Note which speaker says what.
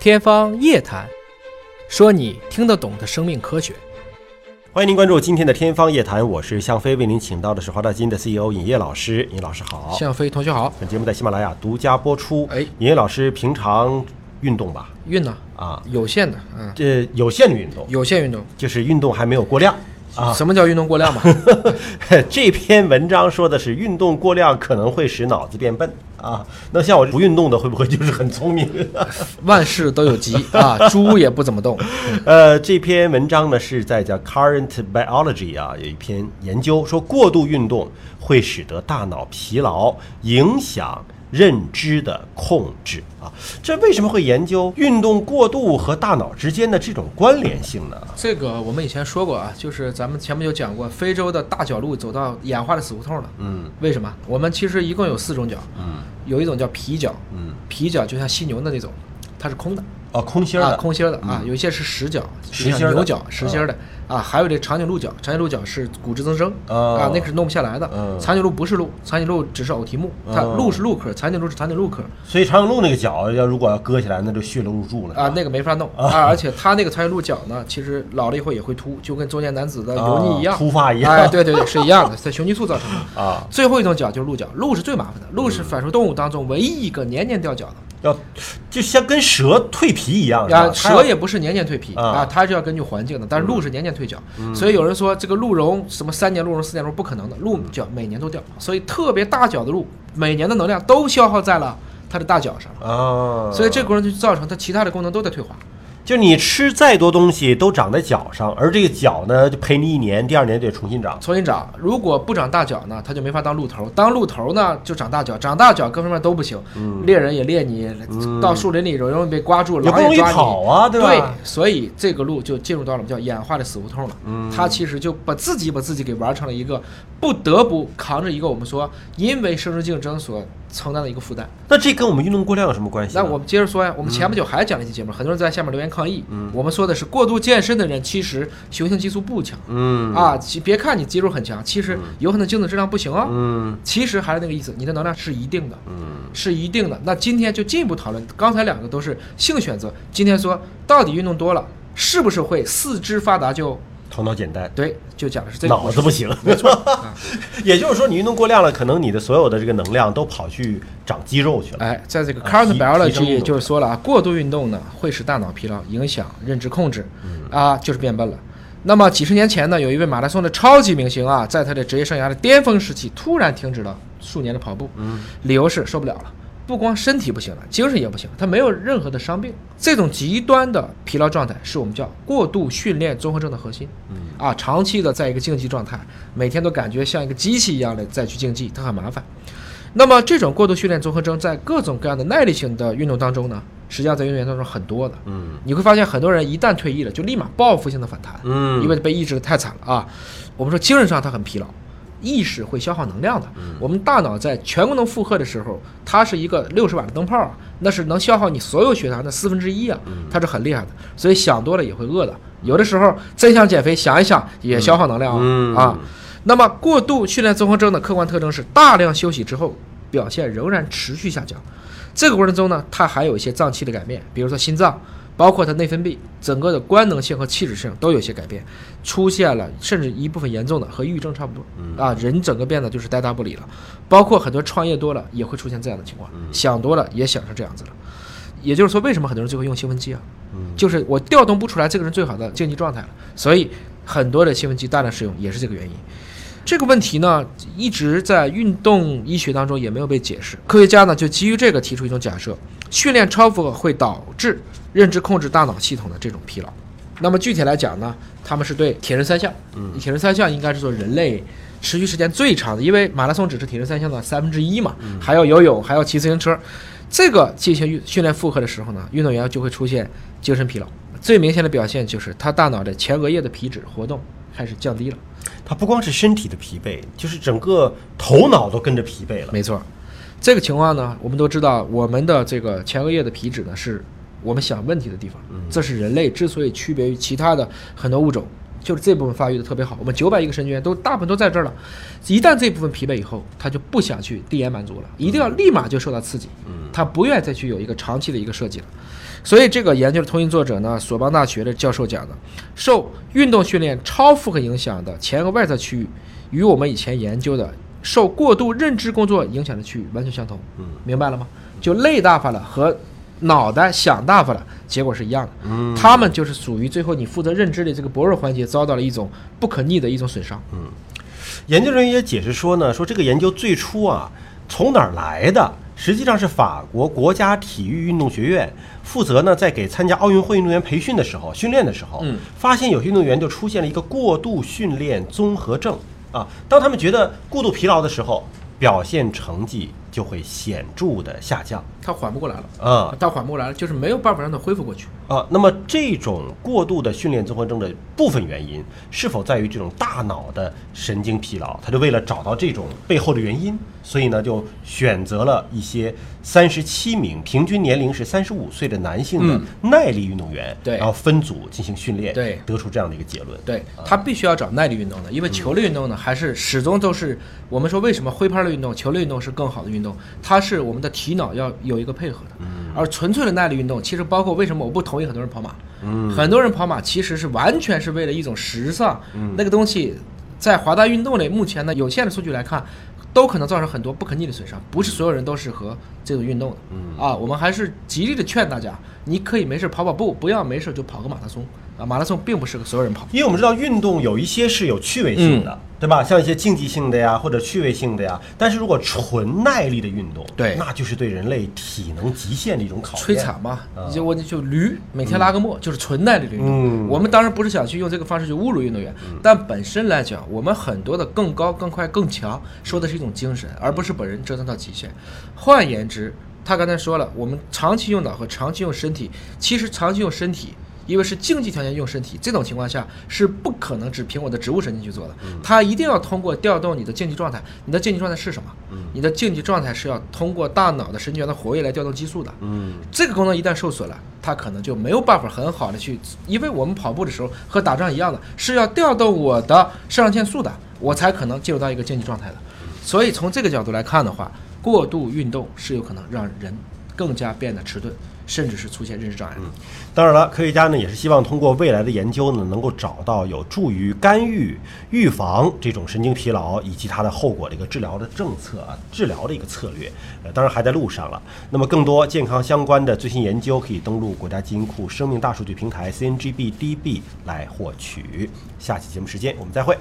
Speaker 1: 天方夜谭，说你听得懂的生命科学。
Speaker 2: 欢迎您关注今天的《天方夜谭》，我是向飞，为您请到的是华大基因的 CEO 尹烨老师。尹老师好，
Speaker 1: 向飞同学好，
Speaker 2: 本节目在喜马拉雅独家播出。
Speaker 1: 哎
Speaker 2: 尹烨老师平常运动吧？
Speaker 1: 运呢？
Speaker 2: 啊，
Speaker 1: 有限的，嗯，
Speaker 2: 这有限的运动，
Speaker 1: 有限运动。
Speaker 2: 就是运动还没有过量 啊。
Speaker 1: 什么叫运动过量 嘛？
Speaker 2: 这篇文章说的是运动过量可能会使脑子变笨啊。那像我不运动的，会不会就是很聪明？
Speaker 1: 万事都有极 啊，猪也不怎么动。
Speaker 2: 呃，这篇文章呢是在叫《Current Biology》啊，有一篇研究说过度运动会使得大脑疲劳，影响认知的控制啊。这为什么会研究运动过度和大脑之间的这种关联性呢？
Speaker 1: 这个我们以前说过啊，就是咱们前面有讲过，非洲的大角鹿走到演化的死胡同了。
Speaker 2: 嗯
Speaker 1: 为什么？我们其实一共有四种角，
Speaker 2: 嗯
Speaker 1: 有一种叫皮角，
Speaker 2: 嗯，
Speaker 1: 皮角就像犀牛的那种，它是空的，
Speaker 2: 哦，空心儿
Speaker 1: 啊，
Speaker 2: 的，嗯
Speaker 1: 空心儿的啊，有一些是实角，
Speaker 2: 实
Speaker 1: 就像
Speaker 2: 心儿的
Speaker 1: 牛角、实心儿的啊，还有这长颈鹿角，长颈鹿角是骨质增生
Speaker 2: 哦
Speaker 1: 啊，那个是弄不下来的
Speaker 2: 嗯。
Speaker 1: 长颈鹿不是鹿，长颈鹿只是偶蹄目，它
Speaker 2: 哦
Speaker 1: 鹿是鹿科，长颈鹿是长颈鹿科
Speaker 2: 所以长颈鹿那个脚要如果要割起来，那就血流入柱了
Speaker 1: 啊，
Speaker 2: 是吧
Speaker 1: 那个没法弄啊，而且它那个长颈鹿角呢，其实老了以后也会秃，就跟中年男子的油腻一样
Speaker 2: 啊，秃发一样
Speaker 1: 哎，对对对，是一样的，在雄激素造成的。
Speaker 2: 啊，
Speaker 1: 最后一种角就是鹿角，鹿是最麻烦的，鹿是反刍动物当中唯一一个年年掉角的。
Speaker 2: 要就像跟蛇蜕皮一样，是吧
Speaker 1: 啊，蛇也不是年年蜕皮
Speaker 2: 啊
Speaker 1: 啊，它是要根据环境的，但是鹿是年年蜕角，所以有人说这个鹿茸什么三年鹿茸四年鹿茸不可能的，鹿角每年都掉，所以特别大角的鹿每年的能量都消耗在了它的大角上，
Speaker 2: 啊，
Speaker 1: 所以这个过程就造成它其他的功能都在退化。
Speaker 2: 就你吃再多东西都长在脚上，而这个脚呢，就陪你一年，第二年就得重新长。
Speaker 1: 重新长，如果不长大角呢，它就没法当鹿头；当鹿头呢，就长大角，长大角各方面都不行，猎人也猎你，到树林里容易被刮住，
Speaker 2: 也
Speaker 1: 狼
Speaker 2: 不容易
Speaker 1: 抓你。
Speaker 2: 跑啊，吧？
Speaker 1: 对，所以这个路就进入到了我们叫演化的死胡同了。嗯，他其实就把自己把自己给玩成了一个不得不扛着一个我们说因为生殖竞争所承担的一个负担。
Speaker 2: 那这跟我们运动过量有什么关系呢？
Speaker 1: 那我们接着说呀，我们前不久还讲了一期节目，很多人在下面留言抗议。嗯，我们说的是过度健身的人其实雄性激素不强。
Speaker 2: 嗯
Speaker 1: 啊，其别看你肌肉很强，其实有可能精子质量不行哦。
Speaker 2: 嗯
Speaker 1: 其实还是那个意思，你的能量是一定的，
Speaker 2: 嗯
Speaker 1: 是一定的。那今天就进一步讨论，刚才两个都是性选择，今天说到底运动多了是不是会四肢发达就
Speaker 2: 头脑简单，
Speaker 1: 对，就讲的是这个
Speaker 2: 脑子不行。
Speaker 1: 嗯
Speaker 2: 也就是说，你运动过量了，可能你的所有的这个能量都跑去长肌肉去了。
Speaker 1: 哎，在这个
Speaker 2: 啊
Speaker 1: current
Speaker 2: 提提升
Speaker 1: biology
Speaker 2: 运
Speaker 1: 也
Speaker 2: 动
Speaker 1: 就是说了啊，过度运动呢会使大脑疲劳，影响认知控制，
Speaker 2: 嗯
Speaker 1: 啊，就是变笨了。那么几十年前呢，有一位马拉松的超级明星啊，在他的职业生涯的巅峰时期，突然停止了数年的跑
Speaker 2: 嗯
Speaker 1: 步，理由是受不了了。不光身体不行了，精神也不行，他没有任何的伤病。这种极端的疲劳状态是我们叫过度训练综合症的核心。啊，长期的在一个竞技状态，每天都感觉像一个机器一样的再去竞技，它很麻烦。那么这种过度训练综合征在各种各样的耐力型的运动当中呢，实际上在运动员当中很多的。
Speaker 2: 嗯
Speaker 1: 你会发现很多人一旦退役了，就立马报复性的反弹，
Speaker 2: 嗯
Speaker 1: 因为被抑制的太惨了啊。我们说精神上他很疲劳，意识会消耗能量的。我们大脑在全功能负荷的时候，它是一个六十瓦的灯泡啊，那是能消耗你所有血糖的四分之一啊，它是很厉害的。所以想多了也会饿的，有的时候真想减肥，想一想也消耗能量啊。
Speaker 2: 嗯
Speaker 1: 啊那么过度训练综合征的客观特征是大量休息之后表现仍然持续下降。这个过程中呢，它还有一些脏器的改变，比如说心脏，包括它内分泌，整个的官能性和器质性都有些改变，出现了甚至一部分严重的和抑郁症差不多啊，人整个变得就是呆搭不理了。包括很多创业多了也会出现这样的情况，想多了也想成这样子了。也就是说，为什么很多人最后用兴奋剂啊？
Speaker 2: 嗯
Speaker 1: 就是我调动不出来这个人最好的竞技状态了，所以很多的兴奋剂大量使用也是这个原因。这个问题呢，一直在运动医学当中也没有被解释。科学家呢就基于这个提出一种假设：训练超负荷会导致认知控制大脑系统的这种疲劳。那么具体来讲呢，他们是对铁人三项，嗯，铁人三项应该是做人类持续时间最长的，因为马拉松只是铁人三项的三分之一嘛，还要游泳，还要骑自行车。这个进行运训练负荷的时候呢，运动员就会出现精神疲劳。最明显的表现就是他大脑的前额叶的皮质活动开始降低了。
Speaker 2: 它不光是身体的疲惫，就是整个头脑都跟着疲惫了。
Speaker 1: 没错，这个情况呢，我们都知道，我们的这个前额叶的皮质呢，是我们想问题的地方，这是人类之所以区别于其他的很多物种就是这部分发育的特别好。我们九百亿个神经元都大部分都在这儿了，一旦这部分疲惫以后，他就不想去递延满足了，一定要立马就受到刺激，他不愿意再去有一个长期的一个设计了。所以这个研究的同行作者呢，索邦大学的教授讲的，受运动训练超负荷影响的前额外侧区域，与我们以前研究的受过度认知工作影响的区域完全相同。
Speaker 2: 嗯，
Speaker 1: 明白了吗？就累大发了和脑袋想大发了，结果是一样的。
Speaker 2: 嗯，
Speaker 1: 他们就是属于最后你负责认知的这个薄弱环节遭到了一种不可逆的一种损伤。
Speaker 2: 嗯研究人员也解释说呢，说这个研究最初啊从哪儿来的？实际上是法国国家体育运动学院负责呢，在给参加奥运会运动员培训的时候、训练的时候，
Speaker 1: 嗯
Speaker 2: 发现有些运动员就出现了一个过度训练综合症啊。当他们觉得过度疲劳的时候，表现成绩就会显著的下降
Speaker 1: 他缓不过来了，
Speaker 2: 啊
Speaker 1: 他缓不过来了，就是没有办法让他恢复过去。
Speaker 2: 啊。那么这种过度的训练综合症的部分原因，是否在于这种大脑的神经疲劳？他就为了找到这种背后的原因，所以呢，就选择了一些三十七名平均年龄是三十五岁的男性的耐力运动员，
Speaker 1: 嗯对
Speaker 2: 然后分组进行训练，
Speaker 1: 对
Speaker 2: 得出这样的一个结论。
Speaker 1: 对他必须要找耐力运动的，因为球类运动呢，还是始终都是我们说为什么挥拍类运动、球类运动是更好的运动，它是我们的体脑要有一个配合的。而纯粹的耐力运动，其实包括为什么我不同意很多人跑马，很多人跑马其实是完全是为了一种时尚，那个东西在华大运动类目前呢有限的数据来看。都可能造成很多不可逆的损伤，不是所有人都适合这种运动的。啊，我们还是极力的劝大家，你可以没事跑跑步，不要没事就跑个马拉松啊。马拉松并不适合所有人跑。
Speaker 2: 因为我们知道运动有一些是有趣味性
Speaker 1: 嗯
Speaker 2: 的，对吧？像一些竞技性的呀，或者趣味性的呀。但是如果纯耐力的运动，
Speaker 1: 对
Speaker 2: 那就是对人类体能极限的一种考验。啊
Speaker 1: 摧残嘛，就我就驴每天拉个磨，就是纯耐力的运动。
Speaker 2: 嗯
Speaker 1: 我们当然不是想去用这个方式去侮辱运动员，但本身来讲，我们很多的更高、更快、更强，说的是一种精神，而不是把人折腾到极限。换言之，他刚才说了，我们长期用脑和长期用身体，其实长期用身体。因为是竞技条件用身体，这种情况下是不可能只凭我的植物神经去做的，
Speaker 2: 嗯
Speaker 1: 它一定要通过调动你的竞技状态。你的竞技状态是什么？
Speaker 2: 嗯
Speaker 1: 你的竞技状态是要通过大脑的神经元的活跃来调动激素的。
Speaker 2: 嗯，
Speaker 1: 这个功能一旦受损了，它可能就没有办法很好的去，因为我们跑步的时候和打仗一样的，是要调动我的肾上腺素的，我才可能进入到一个竞技状态的。所以从这个角度来看的话，过度运动是有可能让人更加变得迟钝，甚至是出现认知障碍的。
Speaker 2: 当然了，科学家呢也是希望通过未来的研究呢，能够找到有助于干预、预防这种神经疲劳以及它的后果的一个治疗的政策啊，治疗的一个策略。呃，当然还在路上了。那么更多健康相关的最新研究，可以登录国家基因库生命大数据平台 CNGB DB 来获取。下期节目时间我们再会。